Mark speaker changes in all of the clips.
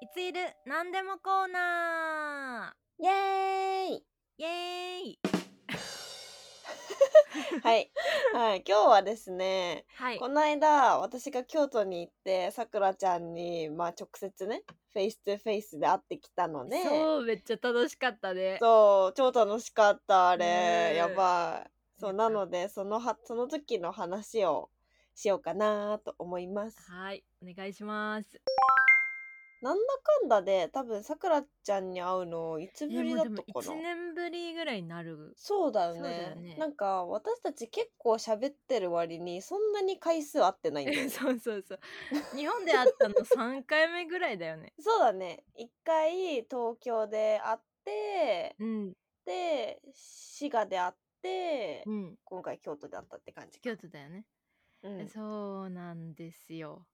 Speaker 1: いついる何でもコーナ
Speaker 2: イエーイ
Speaker 1: ーイ エーイ
Speaker 2: はい、はい、今日はですね、
Speaker 1: はい
Speaker 2: この間私が京都に行ってさくらちゃんに、まあ、直接ねフェイス2フェイスで会ってきたので
Speaker 1: そうめっちゃ楽しかったね
Speaker 2: そう超楽しかったあれ、
Speaker 1: ねえ
Speaker 2: やばいそう
Speaker 1: や
Speaker 2: な
Speaker 1: ばい
Speaker 2: のでそのはその時の話をしようかなと思います
Speaker 1: はいお願いします
Speaker 2: なんだかんだで多分さくらちゃんに会うのいつぶりだったか
Speaker 1: えーもうで
Speaker 2: な
Speaker 1: も1年ぶりぐらいになる
Speaker 2: そうだよ
Speaker 1: そうだよ
Speaker 2: ね
Speaker 1: ね
Speaker 2: なんか私たち結構喋ってる割にそんなに回数会ってないんだよ
Speaker 1: え
Speaker 2: ね
Speaker 1: そうそうそう日本で会ったの3回目ぐらいだよね
Speaker 2: そうだね一回東京で会って
Speaker 1: うん
Speaker 2: で滋賀で会って、
Speaker 1: うん
Speaker 2: 今回京都で会ったって感じか
Speaker 1: 京都だよね、
Speaker 2: う
Speaker 1: え
Speaker 2: ん、
Speaker 1: そうなんですよ、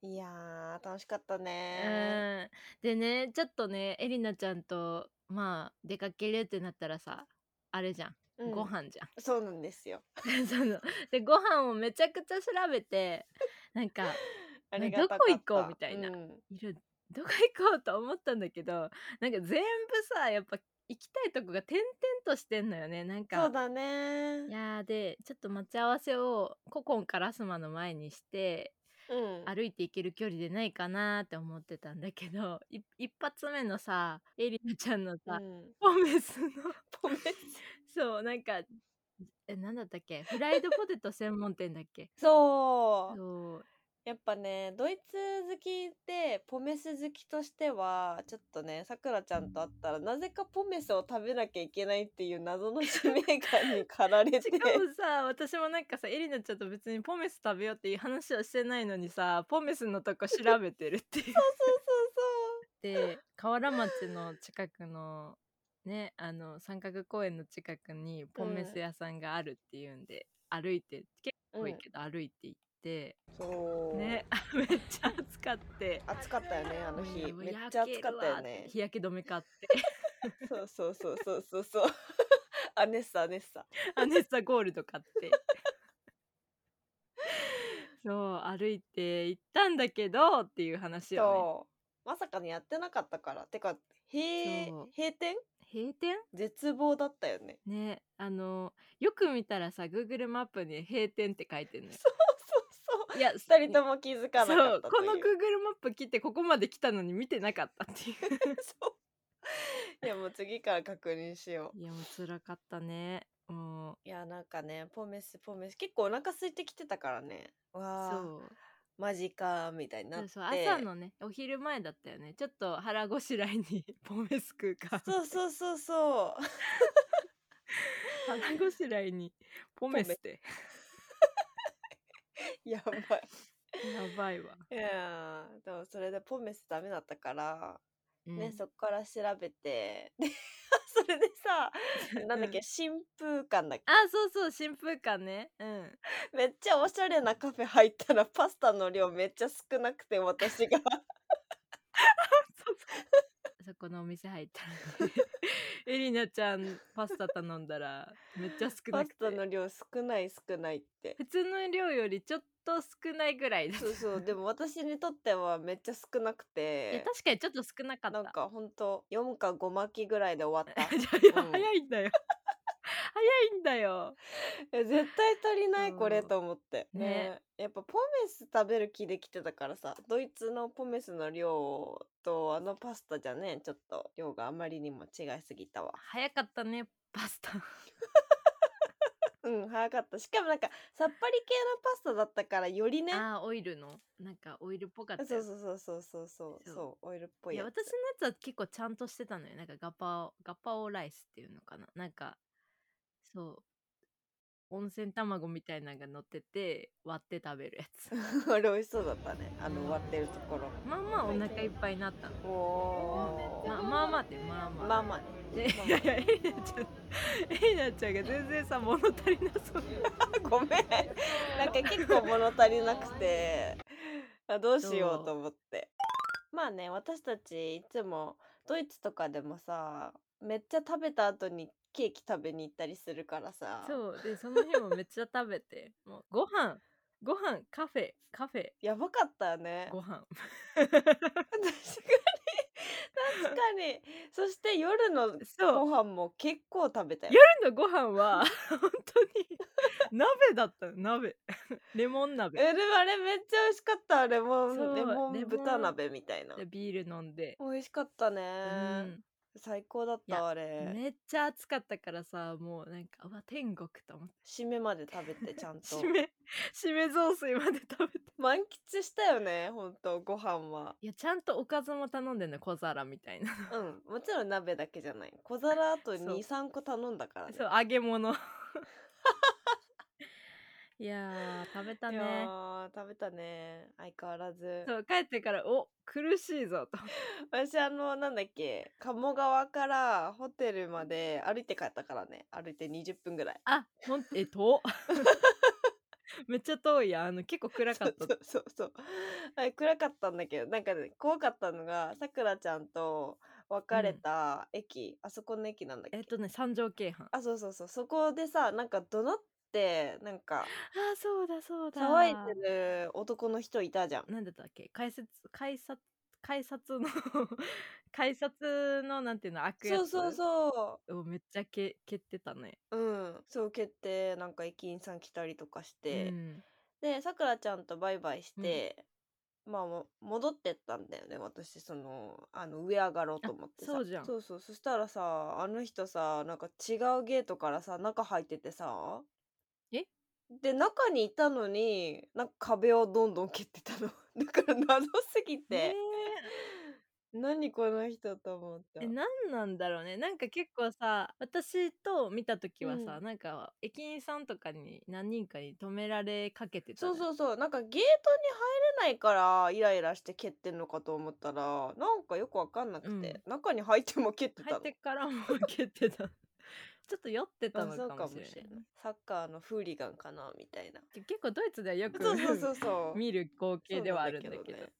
Speaker 2: いやー楽しかったね
Speaker 1: うんでねちょっとねえりなちゃんとまあ出かけるってなったらさあれじゃん、
Speaker 2: うん
Speaker 1: ご飯じゃん
Speaker 2: そうなんですよ
Speaker 1: そのでご飯をめちゃくちゃ調べてなんか
Speaker 2: ありがたかった
Speaker 1: どこ行こうみたいな
Speaker 2: うん
Speaker 1: いる どこ行こうと思ったんだけどなんか全部さやっぱ行きたいとこが点々としてんのよねなんか
Speaker 2: そうだね
Speaker 1: いやーでちょっと待ち合わせを古今烏丸の前にして
Speaker 2: うん
Speaker 1: 歩いて行ける距離でないかなーって思ってたんだけどい一発目のさエリナちゃんのさ、
Speaker 2: うん
Speaker 1: ポメスの
Speaker 2: ポメス
Speaker 1: そうなんかえなんだったっけフライドポテト専門店だっけ
Speaker 2: そう
Speaker 1: そう
Speaker 2: やっぱねドイツ好きでポメス好きとしてはちょっとねさくらちゃんと会ったらなぜかポメスを食べなきゃいけないっていう謎の使命感に駆られて
Speaker 1: しかもさ私もなんかさエリナちゃんと別にポメス食べようっていう話はしてないのにさポメスのとこ調べてるっていう。
Speaker 2: そう
Speaker 1: で河原町の近くのねあの三角公園の近くにポメス屋さんがあるっていうんで、歩いて結構遠いけど歩いて行って、
Speaker 2: そうそうそう
Speaker 1: ね めっちゃ暑かって。
Speaker 2: 暑かったよねあの日
Speaker 1: うん
Speaker 2: めっちゃ暑かったよね
Speaker 1: 焼けるわ日焼け止め買って
Speaker 2: そうそうそうそうそうそう アネッサアネッサ
Speaker 1: アネッサゴールド買ってそう歩いて行ったんだけどっていう話を
Speaker 2: そうまさかにやってなかったからてか
Speaker 1: そ
Speaker 2: 閉
Speaker 1: う
Speaker 2: 閉店
Speaker 1: ね閉店
Speaker 2: 絶望だったよね
Speaker 1: ねあのよく見たらさ Google マップに閉店って書いてるのよ
Speaker 2: そうそう
Speaker 1: いや
Speaker 2: 二人とも気づかなか
Speaker 1: そ
Speaker 2: っ
Speaker 1: う
Speaker 2: た
Speaker 1: この Google
Speaker 2: という
Speaker 1: マップ来てここまで来たのに見てなかったっていう
Speaker 2: いやもう次から確認しよう
Speaker 1: いやもう辛かったねもう
Speaker 2: いやなんかねポメスポメス結構お腹空いてきてたからねわあ
Speaker 1: そう
Speaker 2: マジかみたいにな
Speaker 1: そ
Speaker 2: っ
Speaker 1: う
Speaker 2: て
Speaker 1: そう朝のねお昼前だったよねちょっと腹ごしらえに ポメス食うか
Speaker 2: そうそうそうそう
Speaker 1: 腹ごしらえにポメスって
Speaker 2: やばい
Speaker 1: やばいわ、
Speaker 2: いやーでもそれでポメスダメだったから、
Speaker 1: う
Speaker 2: ね
Speaker 1: ん
Speaker 2: そっから調べてで それでさなんだっけ
Speaker 1: うん
Speaker 2: 新風館だっけ
Speaker 1: あそうそう新風館ねうん
Speaker 2: めっちゃおしゃれなカフェ入ったらパスタの量めっちゃ少なくて 私が
Speaker 1: そこのお店入ったらね エリナちゃんパスタ頼んだらめっちゃ少な
Speaker 2: パ
Speaker 1: く
Speaker 2: スタ
Speaker 1: て
Speaker 2: の量少ない少ないって
Speaker 1: 普通の量よりちょっと少ないぐらいだった
Speaker 2: そうそうでも私にとってはめっちゃ少なく
Speaker 1: いや
Speaker 2: て
Speaker 1: 確かにちょっと少なかった
Speaker 2: なん かほんと4か5巻きぐらいで終わった
Speaker 1: じゃあいや
Speaker 2: うん
Speaker 1: 早いんだよ 早いんだよ
Speaker 2: え絶対足りない
Speaker 1: そう
Speaker 2: これと思って
Speaker 1: ね
Speaker 2: ねやっぱポメス食べる気で来てたからさドイツのポメスの量とあのパスタじゃねちょっと量があまりにも違いすぎたわ
Speaker 1: 早かったねパスタ
Speaker 2: うん早かったしかもなんかさっぱり系のパスタだったからよりね
Speaker 1: あーオイルのなんかオイルっぽかった
Speaker 2: そう
Speaker 1: よ
Speaker 2: そうそうそうそうそ
Speaker 1: そ
Speaker 2: う
Speaker 1: う
Speaker 2: そうオイルっぽい
Speaker 1: いや
Speaker 2: やつ
Speaker 1: 私のやつは結構ちゃんとしてたのよなんかガパオガパオライスっていうのかななんかそう温泉卵みたいなのが乗ってて割って食べるや つ
Speaker 2: あれ美味しそうだったねあの割ってるところ
Speaker 1: まあまあお腹いっぱいになったの
Speaker 2: おー
Speaker 1: まあまあまあってまあまあ
Speaker 2: まあまあね
Speaker 1: でい
Speaker 2: まあ
Speaker 1: やいやエリナちゃんエリナちゃんが全然さ物足りなそう
Speaker 2: ごめん なんか結構物足りなくてあどうしようと思ってまあね私たちいつもドイツとかでもさめっちゃ食べた後にケーキ食べに行ったりするからさ
Speaker 1: そうでその日もめっちゃ食べてもうご飯ご飯カフェカフェ
Speaker 2: やばかったよね
Speaker 1: ご飯
Speaker 2: 確かに確かにそして夜の
Speaker 1: そう
Speaker 2: ご飯も結構食べたよ
Speaker 1: 夜のご飯 は本当に鍋だったの鍋 レモン
Speaker 2: え
Speaker 1: 鍋
Speaker 2: でもあれめっちゃ美味しかったレモ
Speaker 1: そう
Speaker 2: ンレモ
Speaker 1: レ
Speaker 2: ン
Speaker 1: モン
Speaker 2: 豚鍋みたいな
Speaker 1: でビール飲んで、
Speaker 2: 美味しかったね、
Speaker 1: うん、
Speaker 2: 最高だっ
Speaker 1: いや
Speaker 2: たあれ、
Speaker 1: めっちゃ暑かったからさもうなんかうわ天国と思って
Speaker 2: 締めまで食べてちゃんと
Speaker 1: 締め締め雑炊まで食べて
Speaker 2: 満喫したよねほんとご飯は い
Speaker 1: やちゃんとおかずも頼んでんの小皿みた いな
Speaker 2: うんもちろん鍋だけじゃない小皿あと
Speaker 1: そう
Speaker 2: 23個頼んだからね
Speaker 1: そう揚げ物 いやー食べた
Speaker 2: いや
Speaker 1: ね
Speaker 2: ー食べたね相変わらず
Speaker 1: そう帰ってからお苦しいぞと思って
Speaker 2: 私あのなんだっけ鴨川からホテルまで歩いて帰ったからね歩いて20分ぐらい
Speaker 1: あほんえ 遠めっちゃ遠いやんあの結構暗か
Speaker 2: そ
Speaker 1: っ
Speaker 2: う
Speaker 1: た
Speaker 2: そうそうあれ暗かったんだけどなんかね怖かったのがさくらちゃんと別れた駅、あそこの駅なんだっけ
Speaker 1: えっとね三条京阪あ
Speaker 2: あそうそうそうそこでさなんか怒鳴ってなんか
Speaker 1: そうだそうだ
Speaker 2: 騒いでる男の人いたじゃん
Speaker 1: なんだったっけ改札改札改札の 改札のなんていうの開くや
Speaker 2: そう
Speaker 1: つ
Speaker 2: そうそ
Speaker 1: をめっちゃけ蹴ってたね
Speaker 2: ううんそう蹴ってなんか駅員さん来たりとかして、
Speaker 1: うん、
Speaker 2: でさくらちゃんとバイバイして、まあも戻ってったんだよね私そのあの上上がろうと思ってさ
Speaker 1: あそうじゃん
Speaker 2: そうそうそしたらさあの人さなんか違うゲートからさ中入っててさ
Speaker 1: え
Speaker 2: で中にいたのになんか壁をどんどん蹴ってたの だから謎すぎ
Speaker 1: ね
Speaker 2: て、何この人と思った
Speaker 1: ええ何なんだろうねなんか結構さ私と見た時はさ、
Speaker 2: うん
Speaker 1: なんか駅員さんとかに何人かに止められかけてた、ね、
Speaker 2: そうそうそうなんかゲートに入れないからイライラして蹴ってんのかと思ったらなんかよくわかんなくて、中に入っても蹴ってた
Speaker 1: 入
Speaker 2: の
Speaker 1: ってからも蹴ってた ちょっと酔ってた
Speaker 2: あ
Speaker 1: の
Speaker 2: そう
Speaker 1: か
Speaker 2: か
Speaker 1: も
Speaker 2: も
Speaker 1: し
Speaker 2: し
Speaker 1: れ
Speaker 2: れ
Speaker 1: な
Speaker 2: ないいサッカーのフーリガンかなみたいな
Speaker 1: 結構ドイツではよく
Speaker 2: そうそうそう そ う
Speaker 1: 見る光景ではあるんだけど
Speaker 2: そうなんだ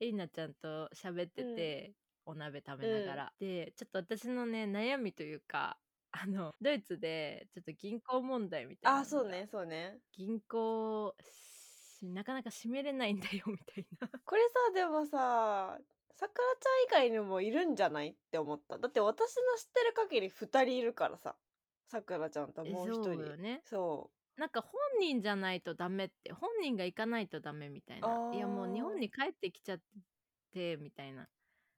Speaker 1: エリナちゃんと喋ってて、お鍋食べながら、でちょっと私のね悩みというか あのドイツでちょっと銀行問題みたいなの
Speaker 2: あ
Speaker 1: が
Speaker 2: そうねそうね
Speaker 1: 銀行をし なかなか閉めれないんだよみたいな
Speaker 2: これさでもささくらちゃん以外にもいるんじゃないって思っただって私の知ってる限り2人いるからささくらちゃんと
Speaker 1: え
Speaker 2: もう1
Speaker 1: そう
Speaker 2: 人
Speaker 1: よね
Speaker 2: そ
Speaker 1: なんか本人じゃないとダメって本人が行かないとダメみたいな
Speaker 2: あー
Speaker 1: いやもう日本に帰ってきちゃってみたいな
Speaker 2: う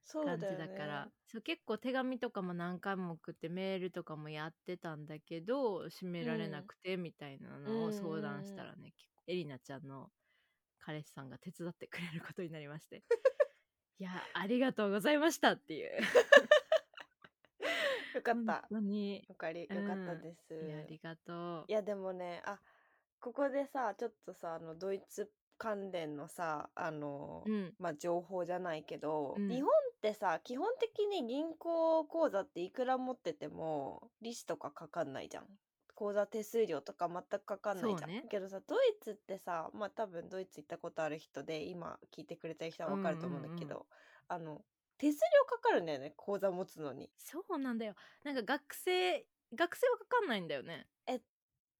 Speaker 2: そう
Speaker 1: 感じ
Speaker 2: だよ、ね、
Speaker 1: だからそう結構手紙とかも何回も送ってメールとかもやってたんだけど閉められなくてみたいなのを相談したらね、結構エリナちゃんの彼氏さんが手伝ってくれることになりま していやありがとうございましたっていう本
Speaker 2: よかった
Speaker 1: 当に
Speaker 2: よかりよかったです、
Speaker 1: いやありがとう
Speaker 2: いやでもねあここでさちょっとさあのドイツ関連のさあの、
Speaker 1: うん
Speaker 2: まあ、情報じゃないけど、
Speaker 1: うん
Speaker 2: 日本ってさ基本的に銀行口座っていくら持ってても利子とかかかんないじゃん。口座手数料とか全くかかんないじゃ
Speaker 1: そう
Speaker 2: ん、
Speaker 1: ね
Speaker 2: けどさドイツってさまあ多分ドイツ行ったことある人で今聞いてくれた人はわかると思うんだけど、あの手数料かかるんだよね口座持つのに。
Speaker 1: そうなんだよなんか学生学生はかかんないんだよね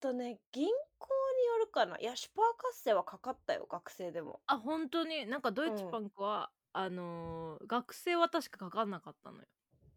Speaker 2: とね銀行によるかないやシュパーカッセはかかったよ学生でも。
Speaker 1: あ本当になんかドイツ
Speaker 2: うん
Speaker 1: パンクは、あのー学生は確かかかんなかったのよ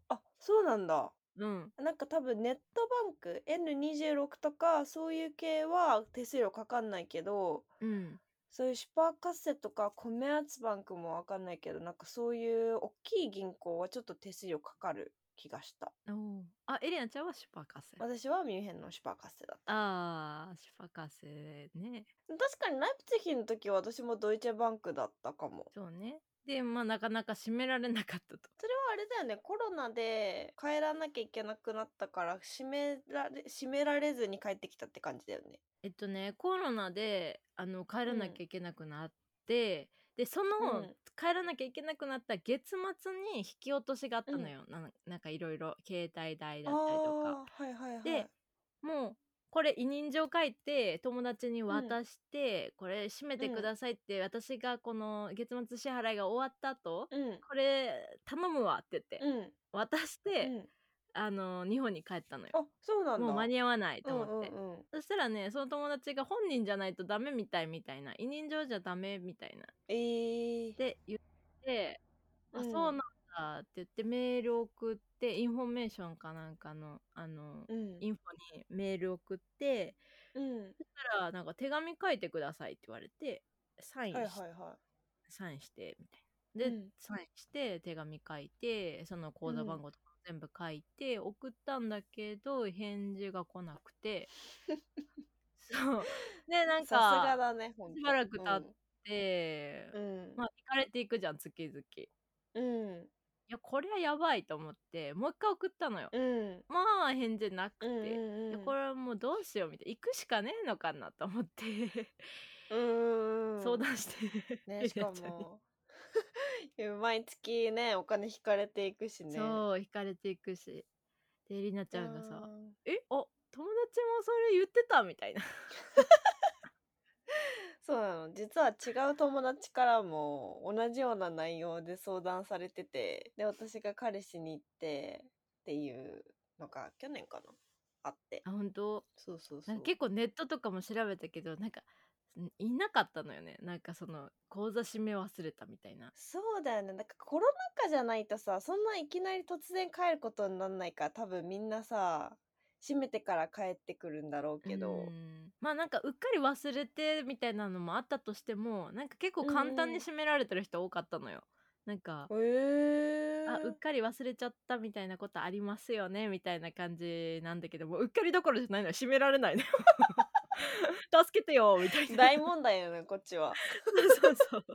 Speaker 2: あそうなんだ。
Speaker 1: うん
Speaker 2: なんか多分ネットバンク N26 とかそういう系は手数料かかんないけど
Speaker 1: うん
Speaker 2: そういうシュパーカッセとかコメアツバンクもわかんないけどなんかそういう大きい銀行はちょっと手数料かかる気がした
Speaker 1: おーあエリアンちゃんはシュパーカセ
Speaker 2: 私はミュンヘンのシュパーカッセだっ
Speaker 1: あーシュパーカセね
Speaker 2: た確かにライプツィヒの時は私もドイツェバンクだったかも
Speaker 1: そうねでまあなかなか閉められなかったと
Speaker 2: それはあれだよねコロナで帰らなきゃいけなくなったから閉められ閉められずに帰ってきたって感じだよね
Speaker 1: えっとねコロナであの帰らなきゃいけなくなって、でその、
Speaker 2: うん
Speaker 1: 帰らなきゃいけなくなった月末に引き落としがあったのよ、ななんかいろいろ携帯代だったりとか
Speaker 2: あーはいはいはい
Speaker 1: でもうこれ委任状書いて友達に渡して、これ閉めてくださいって、私がこの月末支払いが終わった後、
Speaker 2: うん
Speaker 1: これ頼むわって言って、
Speaker 2: うん
Speaker 1: 渡して、
Speaker 2: うん
Speaker 1: あの日本に帰ったのよ
Speaker 2: あそうなんだ。
Speaker 1: もう間に合わないと
Speaker 2: うん
Speaker 1: 思
Speaker 2: う
Speaker 1: って、
Speaker 2: んうん
Speaker 1: そしたらねその友達が本人じゃないとダメみたいみたいな委任状じゃダメみたいなっ
Speaker 2: えー
Speaker 1: て言って、
Speaker 2: う
Speaker 1: あ
Speaker 2: ん
Speaker 1: そうなんだたって言ってメール送ってインフォメーションかなんかのあの、
Speaker 2: うん
Speaker 1: インフォにメール送って
Speaker 2: うん
Speaker 1: そしたらなんか手紙書いてくださいって言われてサインし,、
Speaker 2: はいはいは
Speaker 1: サインしてみたい
Speaker 2: い
Speaker 1: なで、
Speaker 2: うん
Speaker 1: サインして手紙書いてその口座番号とかも全部書いて送ったんだけど返事が来なく てそうでなん
Speaker 2: さすが
Speaker 1: か
Speaker 2: だねほんと
Speaker 1: しばらく経っで、
Speaker 2: うん
Speaker 1: まあ行かれていくじゃん月々。
Speaker 2: うん
Speaker 1: いやこれはやばいと思ってもう一回送ったのよ、
Speaker 2: うん
Speaker 1: まあ返事なくて、
Speaker 2: うん
Speaker 1: いや
Speaker 2: うんうん
Speaker 1: これはもうどうしようみたいな行くしかねえのかなと思って
Speaker 2: うんうん
Speaker 1: 相談して、
Speaker 2: ねしか
Speaker 1: ゆりなちゃんに
Speaker 2: も 毎月ねお金引かれていくしね
Speaker 1: そう引かれていくしでりなちゃんが
Speaker 2: あ
Speaker 1: さ
Speaker 2: ー
Speaker 1: 「えあ友達もそれ言ってた」みたいな
Speaker 2: そうなの実は違う友達からも同じような内容で相談されててで私が彼氏に行ってっていうのが去年かなあって
Speaker 1: あ本当
Speaker 2: そうそうそ
Speaker 1: なん
Speaker 2: う
Speaker 1: か結構ネットとかも調べたけどなんかんいなかったのよねなんかその口座締め忘れたみたいな
Speaker 2: そうだよねなんかコロナ禍じゃないとさそんないきなり突然帰ることになんないから多分みんなさ閉めてから帰ってくるんだろうけど、
Speaker 1: うんまあなんかうっかり忘れてみたいなのもあったとしてもなんか結構簡単
Speaker 2: うんうん
Speaker 1: に締められてる人多かったのよ。なんか、
Speaker 2: え
Speaker 1: あうっかり忘れちゃったみたいなことありますよねみたいな感じなんだけどもううっかりどころじゃないのよ締められない のよ。助けてよみたいな。
Speaker 2: 大問題よねこっちは
Speaker 1: そうそう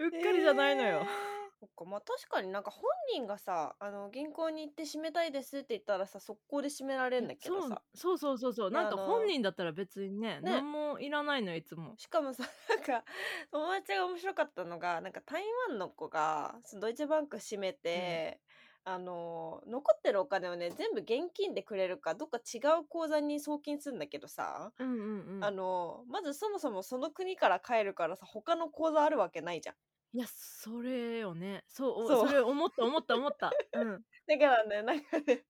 Speaker 1: うっかりじゃないのよ。
Speaker 2: えーそっかまあ確かになんか本人がさあの銀行に行って閉めたいですって言ったらさ速攻で閉められるんだけどさ
Speaker 1: そうそうそうそうそう
Speaker 2: ね
Speaker 1: なんか
Speaker 2: あの
Speaker 1: 本人だったら別にね
Speaker 2: ね
Speaker 1: 何もいらないのよいつも。
Speaker 2: しかもさなんか 友達が面白かったのがなんか台湾の子がそのドイツバンク閉めて、あの残ってるお金をね全部現金でくれるかどっか違う口座に送金するんだけどさ、
Speaker 1: うんうんうん、
Speaker 2: あのまずそもそもその国から帰るからさ他の口座あるわけないじゃん。
Speaker 1: いやそれよねそうお
Speaker 2: そう
Speaker 1: それ思った思った思った。 うん
Speaker 2: だからね、なんかね、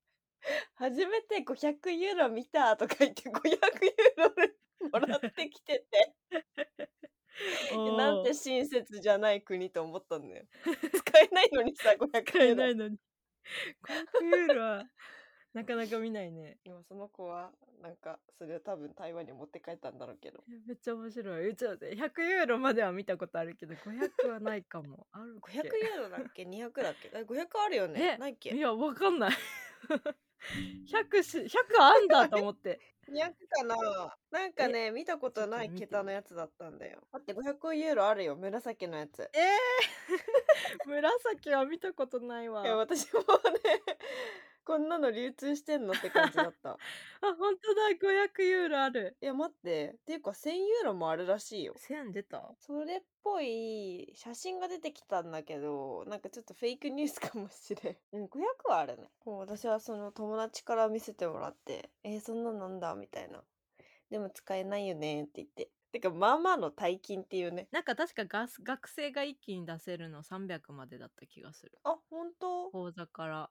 Speaker 2: 初めて500ユーロ見たとか言って500ユーロでもらってきて て、なんて親切じゃない国と思ったん だよ。使えないのにさ、500
Speaker 1: 買
Speaker 2: ユ
Speaker 1: え
Speaker 2: ー ロ
Speaker 1: な。いのに。コンクールはなかなか見ないね。
Speaker 2: でもその子は、なんか、それを多分台湾に持って帰ったんだろうけど。
Speaker 1: めっちゃ面白い。うちはね100ユーロまでは見たことあるけど、500はないかも。あるっ
Speaker 2: 500
Speaker 1: け
Speaker 2: ユーロだっけ ?200 だっけあ ?500 あるよ
Speaker 1: ね
Speaker 2: ねないっけ ?200
Speaker 1: いや、わかんない。100し、100あ んだと思って。
Speaker 2: かななんかね、見たことな
Speaker 1: ちょっと
Speaker 2: い
Speaker 1: 見て
Speaker 2: 桁のやつだったんだよ。だって500ユーロあるよ、紫のやつ。
Speaker 1: えー、紫は見たことないわ。
Speaker 2: いや
Speaker 1: あ、
Speaker 2: 私もね こんなの流通してんのって感じだった
Speaker 1: 本当だ、500ユーロある。
Speaker 2: いや待ってっていうか1000ユーロもあるらしいよ
Speaker 1: 1000出た
Speaker 2: それっぽい写真が出てきたんだけどなんかちょっとフェイクニュースかもしれんうん500はあるねもう私はその友達から見せてもらってえー、そんななんだみたいなでも使えないよねって言っててかまあまあの大金っていうね
Speaker 1: なんか確かガス学生が一気に出せるの300までだった気がする。
Speaker 2: あ本当
Speaker 1: 口座から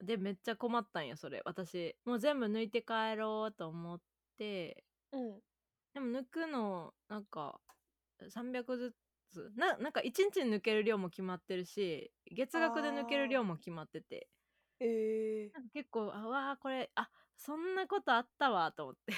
Speaker 1: でめっちゃ困ったんよそれ私もう全部抜いて帰ろうと思って
Speaker 2: うん
Speaker 1: でも抜くのなんか300ずつななんか1日に抜ける量も決まってるし月額で抜ける量も決まってて
Speaker 2: えー、
Speaker 1: なんか結構あわあこれあそんなことあったわと思って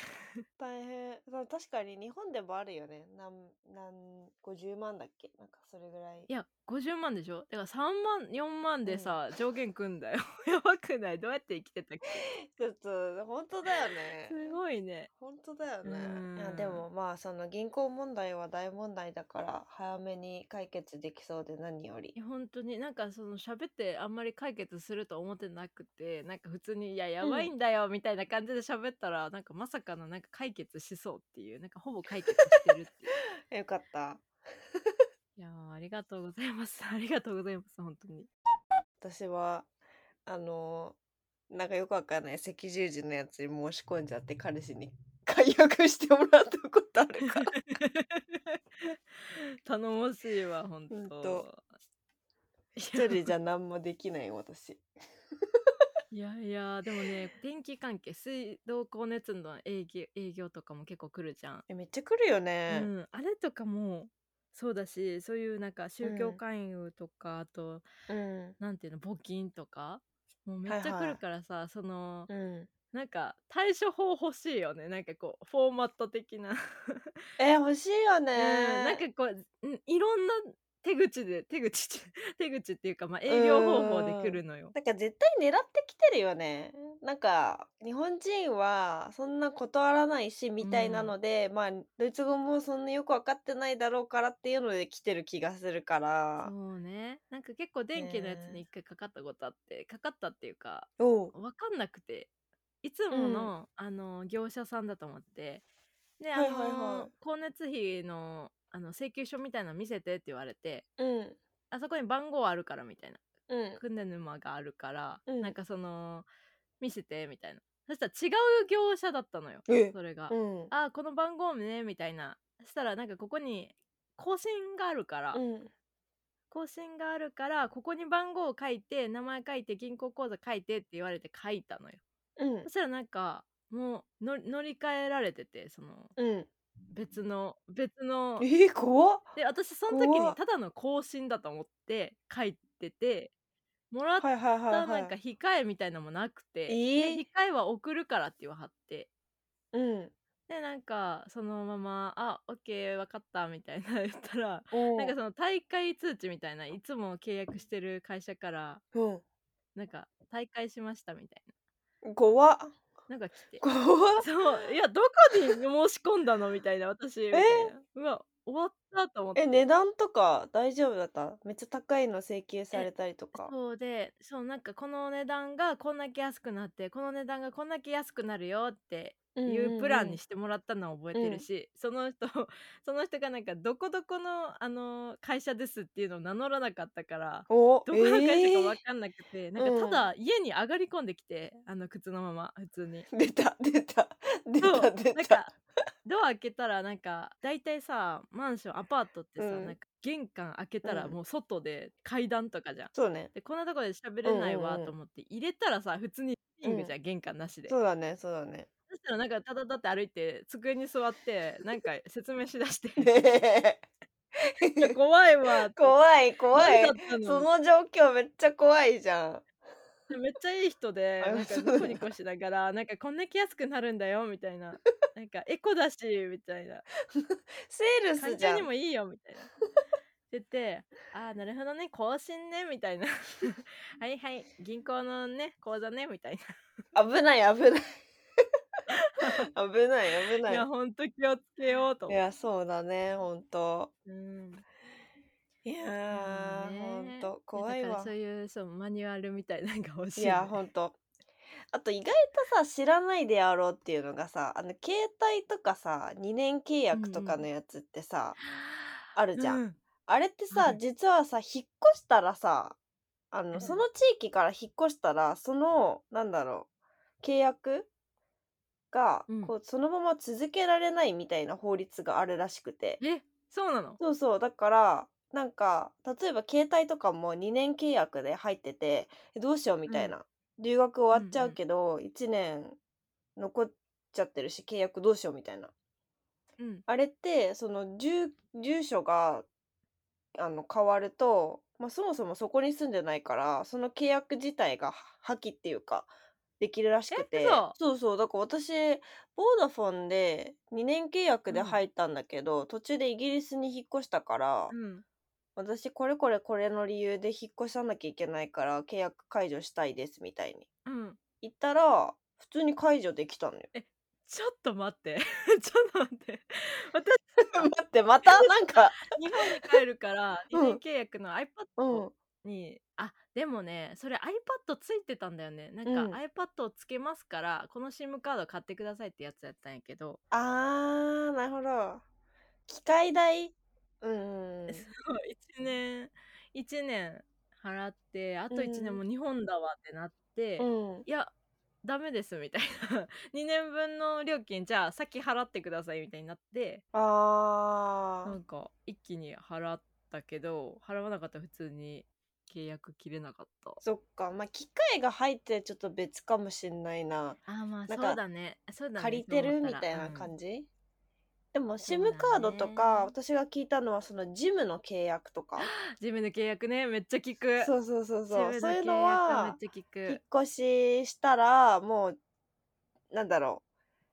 Speaker 2: 大変そう確かに日本でもあるよねなんなん50万だっけなんかそれぐらい
Speaker 1: いや50万でしょだから3万4万でさ、上限組んだよ やばくないどうやって生きてたっけ
Speaker 2: ちょっと本当だよね
Speaker 1: すごいね
Speaker 2: 本当だよね
Speaker 1: うん
Speaker 2: いやでもまあその銀行問題は大問題だから早めに解決できそうで何より
Speaker 1: いや本当になんかその喋ってあんまり解決すると思ってなくてなんか普通に「いややばいんだよ」みたいな感じで喋ったら、なんかまさかのなんか解決しそうっていうなんかほぼ解決してるっていう
Speaker 2: よかった
Speaker 1: いやーありがとうございます ありがとうございます本当に
Speaker 2: 私はあのなんかよくわかんない赤十字のやつに申し込んじゃって彼氏に解約してもらったことあ るから
Speaker 1: 頼もしいわ本当
Speaker 2: 本 当
Speaker 1: 一
Speaker 2: 一人じゃ何もできない私
Speaker 1: いやいやでもね電気関係水道光熱の営業営業とかも結構来るじゃん
Speaker 2: えめっちゃ来るよね、
Speaker 1: うん、あれとかもそうだしそういうなんか宗
Speaker 2: う
Speaker 1: 教
Speaker 2: ん
Speaker 1: 勧誘とか、あと
Speaker 2: うん
Speaker 1: なんていうの募金とかもうめっちゃ
Speaker 2: はいは
Speaker 1: 来
Speaker 2: い
Speaker 1: るからさ、その
Speaker 2: うん
Speaker 1: なんか対処法欲しいよねなんかこうフォーマット的な、
Speaker 2: え欲しいよね
Speaker 1: うんなんかこうんいろんな手口で手口って 手口っていうか、まあ、営業方法で来るのよ。
Speaker 2: なんか絶対狙ってきてるよね。なんか日本人はそんな断らないしみたいなので、まあドイツ語もそんなよく分かってないだろうからっていうので来てる気がするから。
Speaker 1: そうねなんか結構電気のやつ
Speaker 2: ね
Speaker 1: に一回かかったことあってかかったっていうか
Speaker 2: おう
Speaker 1: 分かんなくていつもの,、あの業者さんだと思ってで、
Speaker 2: はいはい
Speaker 1: あの
Speaker 2: はい
Speaker 1: 光熱費のあの請求書みたいなの見せてって言われて
Speaker 2: うん
Speaker 1: あそこに番号あるからみたいな
Speaker 2: うん
Speaker 1: クンデヌマがあるから、
Speaker 2: うん
Speaker 1: なんかその見せてみたいなそしたら違う業者だったのよ
Speaker 2: え
Speaker 1: それが、
Speaker 2: うんうん
Speaker 1: あこの番号ねみたいなそしたらなんかここに更新があるから、更新があるからここに番号を書いて名前書いて銀行口座書いてって言われて書いたのよ
Speaker 2: うん
Speaker 1: そしたらなんかもうの乗り換えられててその
Speaker 2: うん
Speaker 1: 別の別の
Speaker 2: えー、怖っ
Speaker 1: で私その時
Speaker 2: 怖っ
Speaker 1: にただの更新だと思って書いててもらっ
Speaker 2: はいはいは
Speaker 1: た
Speaker 2: いは
Speaker 1: なんか
Speaker 2: い。
Speaker 1: 控えみたいのもなくて、
Speaker 2: え
Speaker 1: で
Speaker 2: ー
Speaker 1: 控えは送るからって言わはって
Speaker 2: うん
Speaker 1: でなんかそのまま「あオッケー分かった」みたいな言ったら
Speaker 2: おう
Speaker 1: なんかその大会通知みたいないつも契約してる会社からなんか大会しましたみたい
Speaker 2: うん怖っ
Speaker 1: ななんか来て
Speaker 2: 怖 っ
Speaker 1: そういやどこに申し込んだのみたいな私みたいなうわ終わったと思って
Speaker 2: え値段とか大丈夫だっためっちゃ高いの請求されたりとか。
Speaker 1: そうでそうなんかこの値段がこんだけ安くなってこの値段がこんだけ安くなるよって
Speaker 2: うん
Speaker 1: い
Speaker 2: ん
Speaker 1: うプランに
Speaker 2: ん
Speaker 1: してもらったのを覚えてるし、その人 その人がなんかどこどこのあの会社ですっていうのを名乗らなかったから
Speaker 2: お
Speaker 1: どこの会社か
Speaker 2: えー
Speaker 1: 分かんなくて、なんかただ家に上がり込んできてあの靴のまま普通に。
Speaker 2: 出た出た出
Speaker 1: そう
Speaker 2: た出
Speaker 1: なん
Speaker 2: た
Speaker 1: か ドア開けたらなんか大体さマンションアパートってさ、
Speaker 2: うん
Speaker 1: なんか玄関開けたら
Speaker 2: うん
Speaker 1: もう外で階段とかじゃん。
Speaker 2: そうね
Speaker 1: でこんなとこで喋れない
Speaker 2: うんう
Speaker 1: わ
Speaker 2: んうん
Speaker 1: と思って入れたらさ普通にリングじゃん、玄関なしで。
Speaker 2: そうだねそうだ ね
Speaker 1: そしたらなんかただだって歩いて机に座ってなんか説明しだ して
Speaker 2: ねえ
Speaker 1: いや怖いわって
Speaker 2: 怖い 怖い
Speaker 1: 何だったの
Speaker 2: その状況めっちゃ怖いじゃん
Speaker 1: めっちゃいい人で
Speaker 2: あ
Speaker 1: なんか
Speaker 2: そう
Speaker 1: ニ
Speaker 2: なんだ
Speaker 1: コニコしながらなんかこんだけ安くなるんだよみたいななんかエコだしみたいな
Speaker 2: セールス
Speaker 1: 環
Speaker 2: じゃ
Speaker 1: 境
Speaker 2: ん
Speaker 1: にもいいよみたいな。 って言って「ああなるほどね更新ね」みたいな 「はいはい銀行のね口座ね」みたい
Speaker 2: 危ない危 ない危ない危
Speaker 1: な「
Speaker 2: ないい
Speaker 1: やほんと気をつけよう」と思っ
Speaker 2: い
Speaker 1: て。
Speaker 2: やそうだね本当
Speaker 1: うん
Speaker 2: いやー
Speaker 1: そう
Speaker 2: 本
Speaker 1: ね
Speaker 2: 当怖い
Speaker 1: だから
Speaker 2: わ
Speaker 1: そういうそうマニュアルみたいなのが欲 しい、
Speaker 2: い
Speaker 1: ね、
Speaker 2: やほんとあと意外とさ知らないであろうっていうのがさあの携帯とかさ2年契約とか
Speaker 1: うん
Speaker 2: の
Speaker 1: うん
Speaker 2: やつってさ、あるじゃん
Speaker 1: うん
Speaker 2: あれって
Speaker 1: あ
Speaker 2: さ
Speaker 1: る
Speaker 2: 実はさ引っ越したらさあ
Speaker 1: う
Speaker 2: の
Speaker 1: ん
Speaker 2: その地域から引っ越したらそのなんだろう契約が
Speaker 1: うん
Speaker 2: こうそのまま続けられないみたいな法律があるらしくて
Speaker 1: えそうなの
Speaker 2: そうそうだからなんか例えば携帯とかも2年契約で入っててえどうしようみたいな、留学終わっちゃうけど1年残っちゃってるし契約どうしようみたいな
Speaker 1: うん
Speaker 2: あれってその住住所があの変わると、まあ、そもそもそこに住んでないからその契約自体が破棄っていうかできるらしく
Speaker 1: え
Speaker 2: て
Speaker 1: 嘘
Speaker 2: そうそうだから私ボーダフォンで2年契約で
Speaker 1: うん
Speaker 2: 入ったんだけど、途中でイギリスに引っ越したから
Speaker 1: うん
Speaker 2: 私これこれこれの理由で引っ越さなきゃいけないから契約解除したいですみたいに
Speaker 1: うん
Speaker 2: 言ったら普通に解除できたのよ。
Speaker 1: ちょっと待って ちょっと待 って私
Speaker 2: 待ってまたなんか
Speaker 1: 日本に帰るから
Speaker 2: う
Speaker 1: 2
Speaker 2: ん
Speaker 1: 年契約の iPad
Speaker 2: うん
Speaker 1: に、あでもねそれ iPad ついてたんだよねなんか、
Speaker 2: うん
Speaker 1: iPad をつけますからこの SIM カード買ってくださいってやつやったんやけど、
Speaker 2: あー、なるほど。機械代うん。
Speaker 1: そう1年1年払ってあと1
Speaker 2: う
Speaker 1: 年
Speaker 2: ん
Speaker 1: もう日本だわってなって、
Speaker 2: うん。
Speaker 1: いやダメですみたいな2 年分の料金じゃあ先払ってくださいみたいになってな
Speaker 2: あ
Speaker 1: んか一気に払ったけど払わなかったら普通に契約切れなかった
Speaker 2: ー、そっか。まあ、機械が入ってちょっと別かもしんないな。
Speaker 1: あーまあ
Speaker 2: なん
Speaker 1: そ
Speaker 2: か
Speaker 1: うだねそうだね
Speaker 2: 借りてるみ
Speaker 1: そう思った
Speaker 2: い
Speaker 1: ら
Speaker 2: な
Speaker 1: うん
Speaker 2: 感じ、でも SIM カードとか私が聞いたのはそのジムの契約とか
Speaker 1: ジムの契約ねめっちゃ聞く
Speaker 2: そうそうそうそう
Speaker 1: ジム
Speaker 2: そういう
Speaker 1: 契約
Speaker 2: のは
Speaker 1: めっちゃ聞
Speaker 2: 引
Speaker 1: く
Speaker 2: っ越ししたらもうなんだろう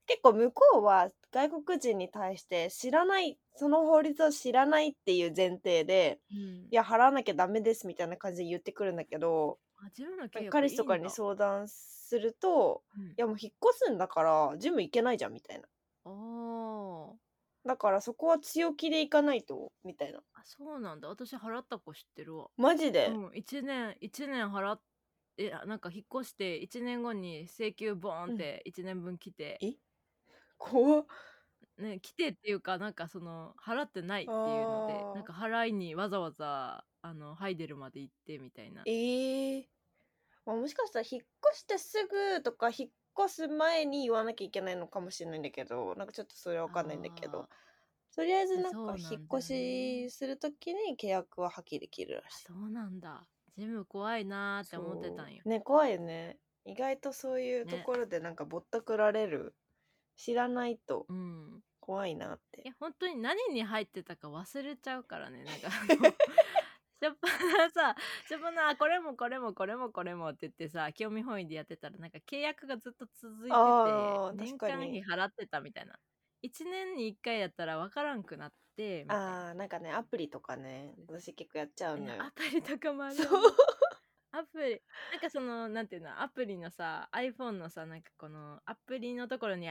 Speaker 2: 結構向こうは外国人に対して知らないその法律を知らないっていう前提で
Speaker 1: うん
Speaker 2: いや払わなきゃダメですみたいな感じで言ってくるんだけど
Speaker 1: あジムの契約
Speaker 2: 彼氏とかに相談すると
Speaker 1: うん
Speaker 2: いやもう引っ越すんだからジム行けないじゃんみたいな
Speaker 1: あー
Speaker 2: だからそこは強気で行かないとみたいな
Speaker 1: あそうなんだ私払った子知ってるわ
Speaker 2: マジで、
Speaker 1: うん、1年1年払っえあなんか引っ越して1年後に請求ボーンって1年分来て、
Speaker 2: え怖っ
Speaker 1: ね、来てっていうかなんかその払ってないっていうので
Speaker 2: あー
Speaker 1: なんか払いにわざわざあのハイデルまで行ってみたいな
Speaker 2: ええまあ、もしかしたら引っ越してすぐとか引っ越す前に言わなきゃいけないのかもしれないんだけどなんかちょっとそれはわかんないんだけど
Speaker 1: あ
Speaker 2: とりあえずなん
Speaker 1: そう
Speaker 2: か
Speaker 1: なんだよね
Speaker 2: 引っ越しするときに契約は破棄できるら
Speaker 1: ー
Speaker 2: しい。
Speaker 1: そうなんだジム怖いなーって思ってたんよ
Speaker 2: そうね怖いよね意外とそういう
Speaker 1: ね
Speaker 2: ところでなんかぼったくられる、知らないと
Speaker 1: うん
Speaker 2: 怖いなって
Speaker 1: いや本当に何に入ってたか忘れちゃうからねなんかあ のしょっぱなさしょっぱなこれもこれもこれもこれもって言ってさ興味本位でやってたらなんか契約がずっと続いてて
Speaker 2: あー
Speaker 1: 年
Speaker 2: 確か
Speaker 1: 間
Speaker 2: に
Speaker 1: 費払ってたみたいな1年に1回やったら分からんくなってみたいな
Speaker 2: あーなんかねアプリとかね私結構やっちゃうのよ
Speaker 1: アプリとかもある
Speaker 2: そ
Speaker 1: よ
Speaker 2: う
Speaker 1: ねアプリなんかそのなんていうのアプリのさ iPhone のさなんかこのアプリのところに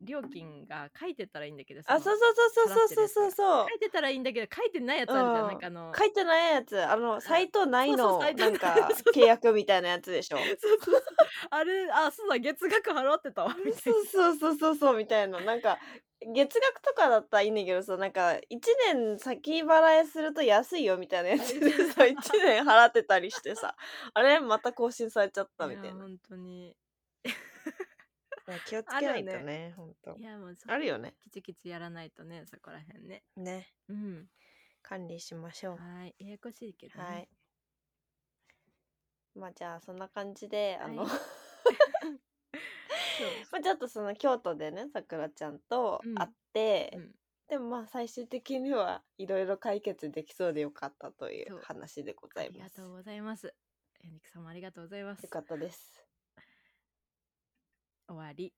Speaker 1: 料金が書いてたらいいんだけど
Speaker 2: あ
Speaker 1: そ
Speaker 2: そう
Speaker 1: の
Speaker 2: そうそうそうそうそうそう
Speaker 1: 書いてたらいいんだけど書いてないやつあるじゃん、
Speaker 2: うん
Speaker 1: なんかあの
Speaker 2: 書いてないやつあのサイトない
Speaker 1: そうそう
Speaker 2: の
Speaker 1: サイト
Speaker 2: なん か
Speaker 1: そう
Speaker 2: 契約みたいなやつでしょ
Speaker 1: そうそうそうあれあそうだ月額払ってたわみたいな
Speaker 2: そうそうそうそうみたいななんか月額とかだったらいいんだけどさなんか1年先払いすると安いよみたいなやつで さ1年払ってたりしてさあれまた更新されちゃったみ
Speaker 1: い
Speaker 2: たい
Speaker 1: や
Speaker 2: な
Speaker 1: 本当に
Speaker 2: 気をつけないと
Speaker 1: あるよ
Speaker 2: ねほんと
Speaker 1: いやもうそこ
Speaker 2: あるよね
Speaker 1: きちきちやらないとねそこらへんね
Speaker 2: ね
Speaker 1: うん
Speaker 2: 管理しましょう
Speaker 1: はいややこしいけど、ね、
Speaker 2: はいまあじゃあそんな感じであの、
Speaker 1: はい
Speaker 2: まあちょっとその京都でねさくらちゃんと
Speaker 1: うん
Speaker 2: 会って、
Speaker 1: うん
Speaker 2: でもまあ最終的にはいろいろ解決できそうでよかったとい
Speaker 1: そうう
Speaker 2: 話でご
Speaker 1: あ
Speaker 2: ざい
Speaker 1: り
Speaker 2: ま
Speaker 1: が
Speaker 2: す。
Speaker 1: とう
Speaker 2: よ
Speaker 1: ございますエニック様ありがとうございます
Speaker 2: かったです。
Speaker 1: 終わり